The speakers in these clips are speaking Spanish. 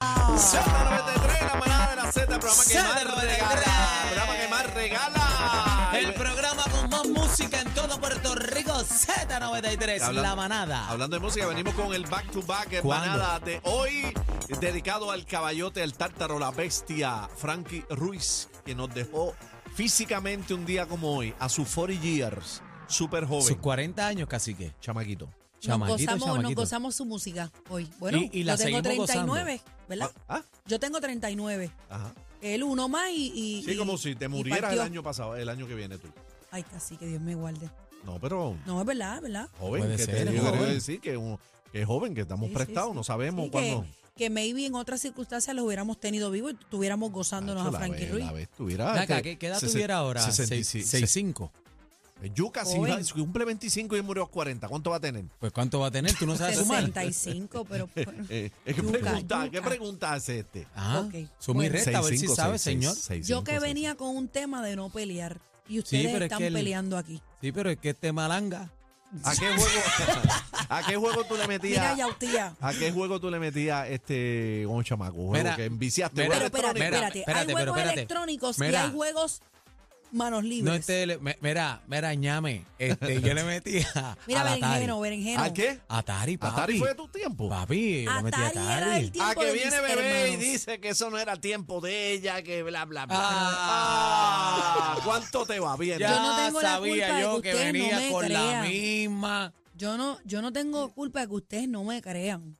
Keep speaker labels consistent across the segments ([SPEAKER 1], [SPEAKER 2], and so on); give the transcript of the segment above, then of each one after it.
[SPEAKER 1] Z93 de la mañana de la Z, programa que más regala. Programa que
[SPEAKER 2] 93.
[SPEAKER 1] más regala.
[SPEAKER 2] El programa con más música en todo Puerto Rico, Z93,
[SPEAKER 1] Hablando-
[SPEAKER 2] La Manada.
[SPEAKER 1] Hablando de música, venimos con el back to back
[SPEAKER 2] ¿Cuándo?
[SPEAKER 1] hermanada de hoy, dedicado al caballote, al tártaro, la bestia, Frankie Ruiz, que nos dejó físicamente un día como hoy, a sus 40 years, súper
[SPEAKER 2] Sus
[SPEAKER 1] joven,
[SPEAKER 2] 40 años, cacique.
[SPEAKER 1] chamaquito.
[SPEAKER 3] Nos
[SPEAKER 2] Chamaquito,
[SPEAKER 3] gozamos, nos
[SPEAKER 2] chamaquito.
[SPEAKER 3] gozamos su música hoy. Bueno,
[SPEAKER 2] Y- y la
[SPEAKER 3] yo tengo
[SPEAKER 2] seguimos
[SPEAKER 3] 39, ¿verdad?
[SPEAKER 1] Ah,
[SPEAKER 3] Yo tengo 39.
[SPEAKER 1] ah, ajá.
[SPEAKER 3] Él uno más y. y-
[SPEAKER 1] Sí,
[SPEAKER 3] y-
[SPEAKER 1] como si te
[SPEAKER 3] y
[SPEAKER 1] murieras el
[SPEAKER 3] partió.
[SPEAKER 1] año pasado, el año que viene tú.
[SPEAKER 3] Ay, casi que Dios me guarde.
[SPEAKER 1] No, pero
[SPEAKER 3] No, es verdad, es verdad.
[SPEAKER 1] joven,
[SPEAKER 2] Puede
[SPEAKER 1] que
[SPEAKER 2] ser,
[SPEAKER 1] te,
[SPEAKER 2] es
[SPEAKER 1] yo
[SPEAKER 2] joven.
[SPEAKER 1] quería decir que, un- que es joven, que estamos
[SPEAKER 3] Sí, sí,
[SPEAKER 1] prestados,
[SPEAKER 3] sí.
[SPEAKER 1] no sabemos
[SPEAKER 3] Sí,
[SPEAKER 1] cuándo.
[SPEAKER 3] que, que maybe en otras circunstancias los hubiéramos tenido vivos y estuviéramos gozándonos
[SPEAKER 1] Nacho,
[SPEAKER 3] a
[SPEAKER 1] la
[SPEAKER 3] Frankie
[SPEAKER 1] vez-
[SPEAKER 3] Ruiz.
[SPEAKER 1] la vez tuviera,
[SPEAKER 2] Ven acá,
[SPEAKER 1] este,
[SPEAKER 2] ¿Qué qué edad
[SPEAKER 1] sesen-
[SPEAKER 2] tuviera ahora?
[SPEAKER 1] 66.
[SPEAKER 2] 65.
[SPEAKER 1] Yuca, si
[SPEAKER 3] Joven.
[SPEAKER 1] va- si cumple 25 y murió a los 40, ¿cuánto va a tener?
[SPEAKER 2] Pues ¿cuánto va a tener? ¿Tú no sabes sumar?
[SPEAKER 3] 65, pero.
[SPEAKER 1] Eh, eh, ¿qué,
[SPEAKER 3] Yuca,
[SPEAKER 1] pregunta,
[SPEAKER 3] yuca.
[SPEAKER 1] ¿Qué pregunta hace este?
[SPEAKER 2] Ah,
[SPEAKER 3] Ok.
[SPEAKER 2] suma y
[SPEAKER 3] Bueno.
[SPEAKER 2] resta, a ver si sabe, señor.
[SPEAKER 3] Yo que venía con un tema de no pelear y ustedes
[SPEAKER 2] pero es
[SPEAKER 3] están
[SPEAKER 2] que el-
[SPEAKER 3] peleando aquí.
[SPEAKER 2] Sí, pero es que este malanga.
[SPEAKER 1] ¿A qué juego, a qué juego tú le
[SPEAKER 3] Mira,
[SPEAKER 1] metías?
[SPEAKER 3] Yautía.
[SPEAKER 1] ¿A qué juego tú le metías este un chamaco? Un juego
[SPEAKER 2] Mira,
[SPEAKER 1] que enviciaste.
[SPEAKER 2] mira,
[SPEAKER 1] juego
[SPEAKER 3] Pero espérate,
[SPEAKER 1] electrónico.
[SPEAKER 3] espérate.
[SPEAKER 2] espérate,
[SPEAKER 3] hay
[SPEAKER 2] pero
[SPEAKER 3] juegos
[SPEAKER 2] espérate.
[SPEAKER 3] electrónicos y
[SPEAKER 2] Mira.
[SPEAKER 3] hay juegos manos libres.
[SPEAKER 2] No este, le- me- mira, mira, ñame. Este, yo le metí a,
[SPEAKER 3] Mira,
[SPEAKER 2] al Atari.
[SPEAKER 3] berenjeno, berenjeno.
[SPEAKER 1] ¿A qué?
[SPEAKER 2] Atari, papi.
[SPEAKER 1] ¿Atari fue de tu tiempo?
[SPEAKER 2] Papi, yo le metí a
[SPEAKER 3] Atari era el
[SPEAKER 2] Atari.
[SPEAKER 3] tiempo
[SPEAKER 1] A que
[SPEAKER 3] de
[SPEAKER 1] viene
[SPEAKER 3] mis
[SPEAKER 1] bebé y
[SPEAKER 3] hermanos.
[SPEAKER 1] dice que eso no era tiempo de ella, que bla, bla, bla.
[SPEAKER 2] Ah.
[SPEAKER 1] Ah, ¿Cuánto te va bien?
[SPEAKER 3] Yo no tengo la culpa de
[SPEAKER 2] sabía yo
[SPEAKER 3] que
[SPEAKER 2] que
[SPEAKER 3] ustedes no
[SPEAKER 2] venía
[SPEAKER 3] me
[SPEAKER 2] con la
[SPEAKER 3] crean.
[SPEAKER 2] misma.
[SPEAKER 3] Yo no, yo no tengo culpa de que ustedes no me crean.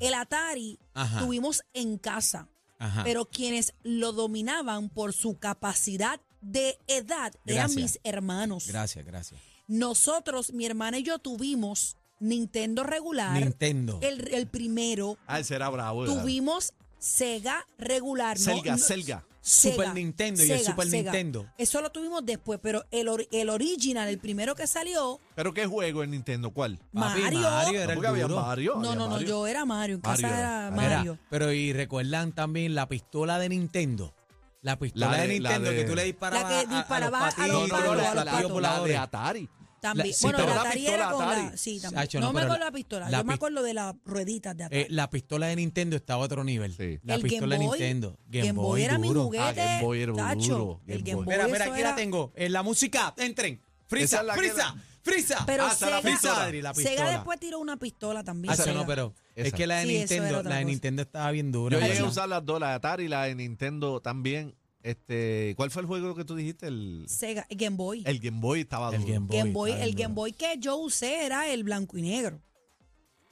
[SPEAKER 3] El Atari
[SPEAKER 2] Ajá.
[SPEAKER 3] tuvimos en casa,
[SPEAKER 2] Ajá.
[SPEAKER 3] pero quienes lo dominaban por su capacidad de edad eran
[SPEAKER 2] Gracias.
[SPEAKER 3] mis hermanos.
[SPEAKER 2] Gracias, gracias.
[SPEAKER 3] Nosotros, mi hermana y yo, tuvimos Nintendo regular,
[SPEAKER 2] Nintendo.
[SPEAKER 3] el, el primero.
[SPEAKER 1] Ah, ese era bravo. era-
[SPEAKER 3] Tuvimos Sega regular. no-
[SPEAKER 1] Selga,
[SPEAKER 3] no-
[SPEAKER 1] Selga.
[SPEAKER 3] Sega,
[SPEAKER 2] Super Nintendo y el Super Nintendo.
[SPEAKER 3] Eso lo tuvimos después, pero el, or- el original, el primero que salió,
[SPEAKER 1] ¿Pero qué juego en Nintendo? ¿Cuál? Ah,
[SPEAKER 2] Papi,
[SPEAKER 3] Mario.
[SPEAKER 2] Mario
[SPEAKER 1] No,
[SPEAKER 2] era el
[SPEAKER 1] porque había
[SPEAKER 2] duro.
[SPEAKER 1] Mario.
[SPEAKER 3] No,
[SPEAKER 1] había
[SPEAKER 3] no, no,
[SPEAKER 1] Mario.
[SPEAKER 3] yo era Mario, en casa
[SPEAKER 1] Mario
[SPEAKER 3] era
[SPEAKER 1] era.
[SPEAKER 2] Mira,
[SPEAKER 3] Mario.
[SPEAKER 2] pero y recuerdan también la pistola de Nintendo. La pistola
[SPEAKER 1] La
[SPEAKER 2] de,
[SPEAKER 1] de- la
[SPEAKER 2] Nintendo
[SPEAKER 1] de-
[SPEAKER 2] que tú le disparabas.
[SPEAKER 3] La que
[SPEAKER 2] a- a,
[SPEAKER 3] disparaba
[SPEAKER 2] los
[SPEAKER 3] a los
[SPEAKER 2] patillos,
[SPEAKER 3] patos,
[SPEAKER 2] los
[SPEAKER 3] a los
[SPEAKER 2] platillos
[SPEAKER 3] patos.
[SPEAKER 1] La de
[SPEAKER 2] voladores.
[SPEAKER 1] Atari.
[SPEAKER 3] También.
[SPEAKER 2] la- sí,
[SPEAKER 3] bueno,
[SPEAKER 2] pero
[SPEAKER 3] la
[SPEAKER 2] la
[SPEAKER 3] Atari
[SPEAKER 1] pistola
[SPEAKER 3] era con la.
[SPEAKER 1] Atari.
[SPEAKER 3] Sí, también.
[SPEAKER 2] Sacho,
[SPEAKER 3] no,
[SPEAKER 2] no,
[SPEAKER 3] me
[SPEAKER 2] pero
[SPEAKER 3] acuerdo
[SPEAKER 2] la-
[SPEAKER 3] la pistola.
[SPEAKER 2] la
[SPEAKER 3] yo me
[SPEAKER 2] pis-
[SPEAKER 3] acuerdo de las rueditas de Atari.
[SPEAKER 2] Eh, la pistola de Nintendo está a otro nivel.
[SPEAKER 1] Sí.
[SPEAKER 2] La
[SPEAKER 3] el
[SPEAKER 2] pistola
[SPEAKER 3] Game Boy.
[SPEAKER 2] de Nintendo.
[SPEAKER 3] Game Boy era mi
[SPEAKER 2] duro.
[SPEAKER 3] juguete.
[SPEAKER 1] Ah, Game Boy era
[SPEAKER 3] Sacho,
[SPEAKER 1] duro,
[SPEAKER 3] el
[SPEAKER 1] Game
[SPEAKER 3] Game
[SPEAKER 1] Boy.
[SPEAKER 3] Boy.
[SPEAKER 2] Mira, mira,
[SPEAKER 3] eso
[SPEAKER 2] aquí
[SPEAKER 3] era-
[SPEAKER 2] la tengo. En la música, entren.
[SPEAKER 1] Esa
[SPEAKER 2] Frisa,
[SPEAKER 1] es la que
[SPEAKER 2] frisa,
[SPEAKER 1] la-
[SPEAKER 2] frisa. Ah,
[SPEAKER 3] Pero
[SPEAKER 1] Hasta Ah, la
[SPEAKER 3] Sega,
[SPEAKER 2] frisa,
[SPEAKER 1] pistola.
[SPEAKER 2] Adri, la
[SPEAKER 3] Sega
[SPEAKER 2] pistola.
[SPEAKER 3] después tiró una pistola también.
[SPEAKER 2] Ah, eso
[SPEAKER 3] Sega.
[SPEAKER 2] no, pero es
[SPEAKER 1] Esa.
[SPEAKER 2] que la de
[SPEAKER 3] Sí, eso era
[SPEAKER 2] Nintendo,
[SPEAKER 3] otra
[SPEAKER 2] la de
[SPEAKER 3] cosa.
[SPEAKER 2] Nintendo estaba bien dura.
[SPEAKER 1] Yo llegué a
[SPEAKER 2] ¿verdad?
[SPEAKER 1] usar las dos, la de Atari y la de Nintendo también. Este, ¿Cuál fue el juego que tú dijiste? El,
[SPEAKER 3] Sega, Game Boy.
[SPEAKER 1] el Game Boy estaba
[SPEAKER 2] El
[SPEAKER 1] duro.
[SPEAKER 2] Game Boy.
[SPEAKER 3] Game Boy,
[SPEAKER 2] estaba
[SPEAKER 3] el
[SPEAKER 2] bien
[SPEAKER 3] Game
[SPEAKER 2] duro.
[SPEAKER 3] Boy que yo usé era el blanco y negro.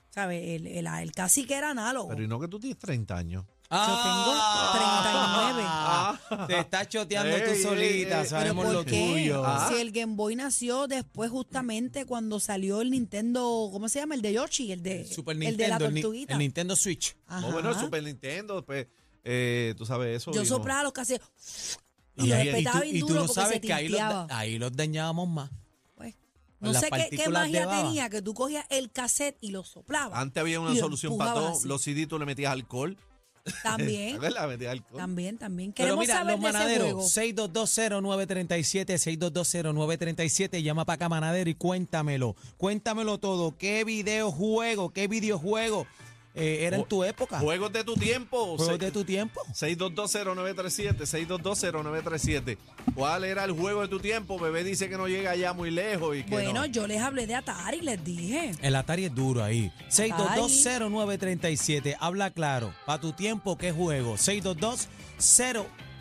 [SPEAKER 3] ¿Sabes? El, el, el casi que era análogo.
[SPEAKER 1] Pero y no que tú tienes 30 años.
[SPEAKER 2] Ah,
[SPEAKER 1] tengo 39.
[SPEAKER 2] Te estás choteando
[SPEAKER 1] Ey,
[SPEAKER 2] tú
[SPEAKER 1] ey,
[SPEAKER 2] solita,
[SPEAKER 1] ey.
[SPEAKER 2] sabemos
[SPEAKER 3] ¿Pero
[SPEAKER 2] lo
[SPEAKER 3] por qué?
[SPEAKER 2] tuyo.
[SPEAKER 1] Ah.
[SPEAKER 3] Si el Game Boy nació después justamente cuando salió el Nintendo, ¿cómo se llama? El de Yoshi, el de,
[SPEAKER 2] Super
[SPEAKER 3] el de la
[SPEAKER 2] Nintendo, el, Ni-
[SPEAKER 3] tortuguita.
[SPEAKER 2] el Nintendo Switch.
[SPEAKER 3] Ajá.
[SPEAKER 1] No, Oh, bueno, el Super Nintendo, pues, eh, tú sabes eso.
[SPEAKER 3] yo
[SPEAKER 1] y no.
[SPEAKER 3] soplaba los casetes y lo
[SPEAKER 2] ahí-
[SPEAKER 3] respetaba
[SPEAKER 2] tú-
[SPEAKER 3] bien
[SPEAKER 2] y tú
[SPEAKER 3] duro
[SPEAKER 2] no
[SPEAKER 3] porque
[SPEAKER 2] sabes
[SPEAKER 3] se
[SPEAKER 2] que ahí los, da-
[SPEAKER 3] tinteaba.
[SPEAKER 2] ahí los dañábamos más.
[SPEAKER 3] Pues,
[SPEAKER 2] con
[SPEAKER 3] no
[SPEAKER 2] las
[SPEAKER 3] sé qué- qué,
[SPEAKER 2] partículas de
[SPEAKER 3] magia
[SPEAKER 2] baba.
[SPEAKER 3] tenía que tú cogías el cassette y lo soplabas.
[SPEAKER 1] Antes había una
[SPEAKER 3] y lo
[SPEAKER 1] solución para
[SPEAKER 3] empujabas
[SPEAKER 1] todo.
[SPEAKER 3] así.
[SPEAKER 1] Los CD tú le metías alcohol.
[SPEAKER 3] También,
[SPEAKER 1] ¿Verdad? Metías alcohol.
[SPEAKER 3] también, también.
[SPEAKER 2] Pero
[SPEAKER 3] Queremos
[SPEAKER 2] mira,
[SPEAKER 3] saber
[SPEAKER 2] los
[SPEAKER 3] de ese juego.
[SPEAKER 2] manaderos, 6220937, 6220937, llama para acá manadero y cuéntamelo, cuéntamelo todo, qué videojuego, qué videojuego eh, era en tu época.
[SPEAKER 1] Juegos de tu tiempo.
[SPEAKER 2] Juegos
[SPEAKER 1] Se-
[SPEAKER 2] de tu tiempo.
[SPEAKER 1] 6220937, 6220937. ¿Cuál era el juego de tu tiempo? Bebé dice que no llega ya muy lejos y que
[SPEAKER 3] Bueno,
[SPEAKER 1] no.
[SPEAKER 3] yo les hablé de Atari, les dije.
[SPEAKER 2] El Atari es duro ahí. 6220937. Habla claro. Para tu tiempo, ¿qué juego?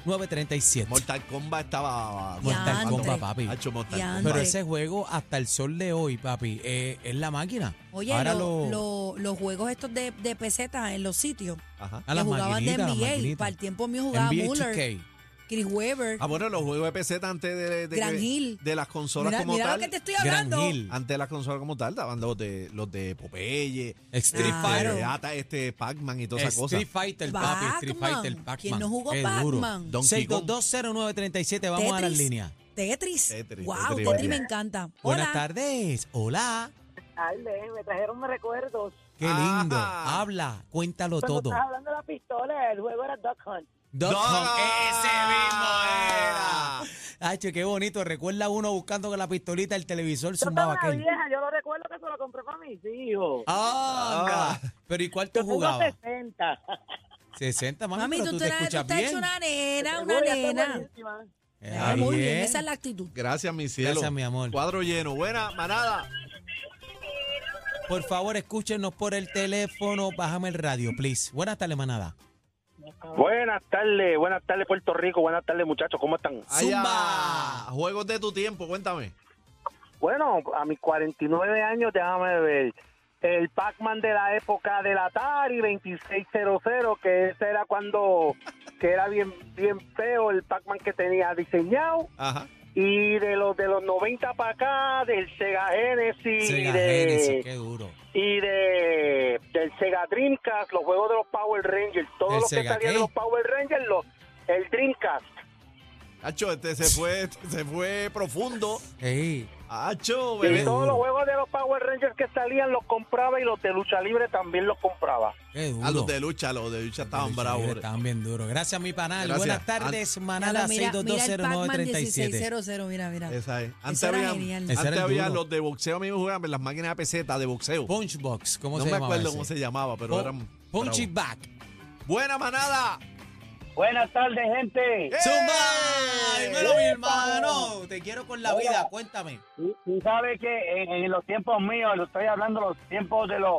[SPEAKER 2] 6220937.
[SPEAKER 1] Mortal Kombat estaba
[SPEAKER 2] Mortal
[SPEAKER 3] Diantre.
[SPEAKER 2] Kombat, papi.
[SPEAKER 1] Hacho Mortal
[SPEAKER 3] Diantre.
[SPEAKER 1] Kombat.
[SPEAKER 2] Pero
[SPEAKER 3] André.
[SPEAKER 2] ese juego, hasta el sol de hoy, papi, eh, es la máquina.
[SPEAKER 3] Oye,
[SPEAKER 2] Ahora
[SPEAKER 3] lo-
[SPEAKER 2] lo-
[SPEAKER 3] lo- los juegos estos de, de pesetas en los sitios.
[SPEAKER 1] Ajá.
[SPEAKER 2] a las
[SPEAKER 3] que jugaban de
[SPEAKER 2] maquinitas, las
[SPEAKER 3] NBA.
[SPEAKER 2] maquinitas.
[SPEAKER 3] Para el tiempo mío jugaba
[SPEAKER 2] NBA
[SPEAKER 3] Muller,
[SPEAKER 2] 2K.
[SPEAKER 3] Chris Webber,
[SPEAKER 1] Ah, bueno, los juegos de PC antes de, de, de
[SPEAKER 3] Gran
[SPEAKER 1] que-
[SPEAKER 3] Hill.
[SPEAKER 1] de las consolas
[SPEAKER 3] Mira,
[SPEAKER 1] como
[SPEAKER 3] mira lo
[SPEAKER 1] tal.
[SPEAKER 3] que te estoy
[SPEAKER 2] Gran
[SPEAKER 3] hablando.
[SPEAKER 2] Hill.
[SPEAKER 1] Antes de las consolas como tal, estaban los de, los de Popeye,
[SPEAKER 2] Street
[SPEAKER 3] Claro.
[SPEAKER 2] Fighter.
[SPEAKER 1] de Ata, este Pac-Man y todas esas cosas.
[SPEAKER 2] Street Fighter, papi. Street
[SPEAKER 3] Pac-Man.
[SPEAKER 2] Fighter, Pac-Man.
[SPEAKER 3] ¿Quién no jugó
[SPEAKER 2] Qué duro.
[SPEAKER 3] Pac-Man?
[SPEAKER 1] Donkey Kong.
[SPEAKER 2] 6220937. Vamos a las
[SPEAKER 3] Tetris.
[SPEAKER 2] líneas.
[SPEAKER 3] Tetris.
[SPEAKER 1] Tetris,
[SPEAKER 3] Wow,
[SPEAKER 1] Tetris,
[SPEAKER 3] Tetris,
[SPEAKER 1] vaya.
[SPEAKER 3] me encanta.
[SPEAKER 2] Buenas
[SPEAKER 3] Hola.
[SPEAKER 2] tardes. Hola.
[SPEAKER 4] Tarde, eh, me trajeron me recuerdos.
[SPEAKER 2] Qué lindo.
[SPEAKER 1] Ah.
[SPEAKER 2] Habla. Cuéntalo
[SPEAKER 4] Cuando
[SPEAKER 2] todo.
[SPEAKER 4] estás hablando de la pistola, el juego era Duck Hunt.
[SPEAKER 2] Dot
[SPEAKER 1] ¡No!
[SPEAKER 2] com. Ese mismo era. Hacho, qué bonito. Recuerda uno buscando con la pistolita el televisor
[SPEAKER 4] Yo estaba
[SPEAKER 2] zumbaba
[SPEAKER 4] una
[SPEAKER 2] aquel.
[SPEAKER 4] vieja, yo lo recuerdo que se lo compré para mis hijos.
[SPEAKER 2] Ah, anda. Pero ¿y cuál tú
[SPEAKER 4] yo tengo
[SPEAKER 2] jugabas?
[SPEAKER 4] 60.
[SPEAKER 2] 60, mami,
[SPEAKER 3] Mami,
[SPEAKER 2] pero
[SPEAKER 3] tú,
[SPEAKER 2] tú
[SPEAKER 3] te
[SPEAKER 2] te
[SPEAKER 3] eras- tú
[SPEAKER 2] escuchas
[SPEAKER 3] estás
[SPEAKER 2] bien.
[SPEAKER 3] hecho
[SPEAKER 2] Eh,
[SPEAKER 3] una nena,
[SPEAKER 4] Te
[SPEAKER 3] una
[SPEAKER 4] voy a hacer
[SPEAKER 3] nena.
[SPEAKER 4] buenísima.
[SPEAKER 2] Está
[SPEAKER 3] Muy bien, esa es la actitud.
[SPEAKER 1] Gracias, mi cielo.
[SPEAKER 2] Gracias, mi amor.
[SPEAKER 1] Cuadro lleno. Buena, manada.
[SPEAKER 2] Por favor, escúchenos por el teléfono. Bájame el radio, please. Buenas tardes, manada.
[SPEAKER 4] Ah.
[SPEAKER 5] Buenas tardes, buenas tardes Puerto Rico, buenas tardes muchachos, ¿cómo están?
[SPEAKER 2] Ah.
[SPEAKER 1] Allá, Juegos de tu tiempo, cuéntame.
[SPEAKER 5] Bueno, a mis 49 años, déjame ver, el Pac-Man de la época del Atari 2600, que ese era cuando, que era bien, bien feo el Pac-Man que tenía diseñado,
[SPEAKER 1] Ajá.
[SPEAKER 5] y de los de los 90 para acá, del Sega Genesis,
[SPEAKER 2] Sega
[SPEAKER 5] y de,
[SPEAKER 2] Genesis, qué duro.
[SPEAKER 5] y de del Sega Dreamcast, los juegos de los Power Rangers, todos
[SPEAKER 2] ¿Del
[SPEAKER 5] los que
[SPEAKER 2] Sega
[SPEAKER 5] salían
[SPEAKER 2] qué?
[SPEAKER 5] de los Power Rangers, los, el Dreamcast.
[SPEAKER 1] Hacho, este se fue, este se fue profundo.
[SPEAKER 2] Ey,
[SPEAKER 1] Hacho,
[SPEAKER 5] Y
[SPEAKER 1] bebé.
[SPEAKER 5] todos
[SPEAKER 2] duro.
[SPEAKER 5] los juegos de los Power Rangers que salían los compraba y los de lucha libre también los compraba.
[SPEAKER 2] qué duro.
[SPEAKER 1] A los de lucha, los de lucha estaban bravos. eh.
[SPEAKER 2] Mira, Estaban bien duros. Gracias, mi panal.
[SPEAKER 1] Gracias.
[SPEAKER 2] Buenas tardes, manada
[SPEAKER 3] Míralo, mira, mira el Pac-Man
[SPEAKER 2] 6220937.
[SPEAKER 3] 1600, mira, mira.
[SPEAKER 1] Esa es. Antes
[SPEAKER 3] Eso era
[SPEAKER 1] había,
[SPEAKER 3] genial.
[SPEAKER 2] Ese
[SPEAKER 1] antes
[SPEAKER 2] era el
[SPEAKER 1] había
[SPEAKER 2] duro.
[SPEAKER 1] los de boxeo, amigos jugaban en las máquinas de peseta de boxeo.
[SPEAKER 2] Punchbox, ¿cómo
[SPEAKER 1] no me
[SPEAKER 2] se llamaba
[SPEAKER 1] acuerdo
[SPEAKER 2] ese?
[SPEAKER 1] cómo se llamaba, pero
[SPEAKER 2] Pun-
[SPEAKER 1] eran.
[SPEAKER 2] Punch
[SPEAKER 1] bravos.
[SPEAKER 2] it back.
[SPEAKER 1] Buena manada.
[SPEAKER 4] Buenas tardes, gente.
[SPEAKER 1] ¡Eh!
[SPEAKER 2] ¡Zumba! Dímelo, mi hermano. Te quiero con la
[SPEAKER 4] Hola.
[SPEAKER 2] vida. Cuéntame.
[SPEAKER 4] Tú tú sabes que en, en los tiempos míos, lo estoy hablando de los tiempos de los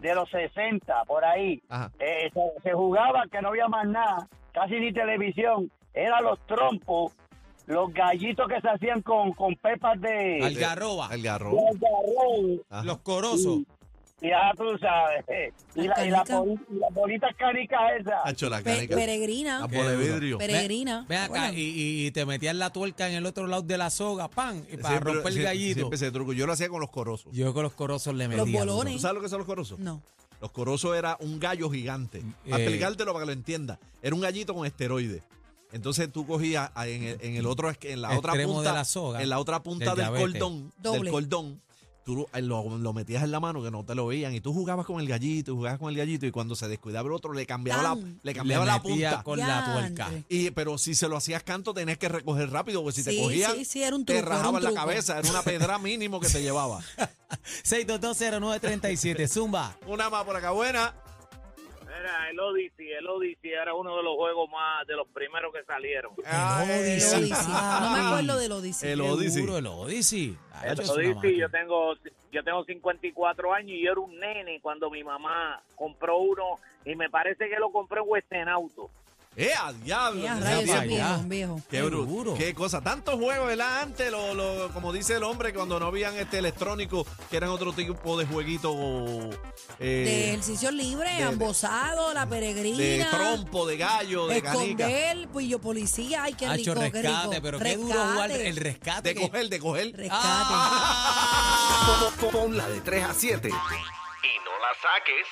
[SPEAKER 4] de los 60, por ahí,
[SPEAKER 1] Ajá.
[SPEAKER 4] eh, se, se jugaba que no había más nada, casi ni televisión, eran los trompos, los gallitos que se hacían con, con pepas de,
[SPEAKER 2] Algarroba.
[SPEAKER 1] Algarro.
[SPEAKER 4] de algarrobo.
[SPEAKER 1] Ajá.
[SPEAKER 2] Los corosos.
[SPEAKER 3] Uh,
[SPEAKER 4] Y ya tú sabes. eh, Y,
[SPEAKER 3] Las
[SPEAKER 4] la, y, la
[SPEAKER 3] canicas.
[SPEAKER 4] boli- y las bolitas canicas esas.
[SPEAKER 1] Hacho, la
[SPEAKER 3] Pe-
[SPEAKER 1] canica.
[SPEAKER 3] peregrina.
[SPEAKER 1] La bola de
[SPEAKER 2] Qué duro.
[SPEAKER 1] vidrio.
[SPEAKER 3] Peregrina.
[SPEAKER 2] Ven
[SPEAKER 3] Bueno,
[SPEAKER 2] acá y, y- y te metías la tuerca en el otro lado de la soga, pan, y para
[SPEAKER 1] Siempre-
[SPEAKER 2] romper el
[SPEAKER 1] sie-
[SPEAKER 2] gallito.
[SPEAKER 1] Siempre ese truco. Yo lo hacía con los corosos.
[SPEAKER 2] Yo con los corosos le metía.
[SPEAKER 3] Los
[SPEAKER 2] duro.
[SPEAKER 3] bolones.
[SPEAKER 1] ¿Tú sabes lo que son los corosos?
[SPEAKER 3] No.
[SPEAKER 1] Los corosos era un gallo gigante. Para
[SPEAKER 2] Eh.
[SPEAKER 1] explicártelo para que lo entienda. Era un gallito con esteroides. Entonces tú cogías a- en el, en el otro es- en la otra
[SPEAKER 2] Extremo
[SPEAKER 1] punta
[SPEAKER 2] de la soga,
[SPEAKER 1] en la otra punta
[SPEAKER 2] del
[SPEAKER 1] del,
[SPEAKER 2] gavete.
[SPEAKER 1] cordón, del
[SPEAKER 3] Doble.
[SPEAKER 1] cordón, tú lo, eh, lo- lo metías en la mano que no te lo veían y tú jugabas con el gallito, y jugabas con el gallito y cuando se descuidaba el otro le cambiaba la,
[SPEAKER 3] Tan.
[SPEAKER 1] le cambiaba la
[SPEAKER 2] metía
[SPEAKER 1] punta.
[SPEAKER 2] con la
[SPEAKER 3] Diantre.
[SPEAKER 2] tuerca.
[SPEAKER 1] Y, pero si se lo hacías canto tenías que recoger rápido porque si te
[SPEAKER 3] Sí,
[SPEAKER 1] cogían
[SPEAKER 3] sí, sí, era un
[SPEAKER 1] te
[SPEAKER 3] truco, era un
[SPEAKER 1] rajaban la
[SPEAKER 3] truco.
[SPEAKER 1] cabeza, era una pedra mínimo que te llevaba.
[SPEAKER 2] 6220937, Zumba.
[SPEAKER 1] Una más por acá buena.
[SPEAKER 5] Era el Odyssey, el Odyssey era uno de los juegos más, de los primeros que salieron.
[SPEAKER 1] Ay,
[SPEAKER 3] El
[SPEAKER 2] Odyssey.
[SPEAKER 3] Odyssey. No me acuerdo del Odyssey.
[SPEAKER 1] El
[SPEAKER 2] Qué
[SPEAKER 1] Odyssey.
[SPEAKER 2] duro, el Odyssey. Ay,
[SPEAKER 5] El
[SPEAKER 2] eso es una
[SPEAKER 5] Odyssey,
[SPEAKER 2] máquina.
[SPEAKER 5] yo tengo, yo tengo 54 años y yo era un nene cuando mi mamá compró uno y me parece que lo compré en Western Auto.
[SPEAKER 1] ¡Eh, a diablo!
[SPEAKER 3] Ya,
[SPEAKER 1] Ese
[SPEAKER 3] ah,
[SPEAKER 2] Mira
[SPEAKER 3] rayos, ese
[SPEAKER 2] pa'
[SPEAKER 3] es
[SPEAKER 1] tiempo.
[SPEAKER 3] viejo,
[SPEAKER 2] allá.
[SPEAKER 3] un viejo.
[SPEAKER 1] Qué,
[SPEAKER 2] Qué
[SPEAKER 1] bru-
[SPEAKER 2] duro.
[SPEAKER 1] Qué cosa, tantos juegos, ¿verdad? Antes, lo, lo- como dice el hombre, cuando no habían este electrónico, que eran otro tipo de jueguito eh,
[SPEAKER 3] De ejercicio libre,
[SPEAKER 1] de- de-
[SPEAKER 3] ambosado, la peregrina.
[SPEAKER 1] de trompo, de gallo, de canica.
[SPEAKER 3] esconder, pues yo policía, ay, qué
[SPEAKER 2] Ha
[SPEAKER 3] rico,
[SPEAKER 2] hecho
[SPEAKER 3] qué rico.
[SPEAKER 2] rescate, pero qué duro jugar el rescate.
[SPEAKER 1] De
[SPEAKER 2] que-
[SPEAKER 1] coger, de coger.
[SPEAKER 3] Rescate.
[SPEAKER 2] ¡Ah!
[SPEAKER 6] Ponla de 3 a 7. Y no la saques.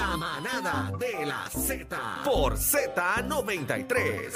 [SPEAKER 6] La manada de la Z. Por Z93.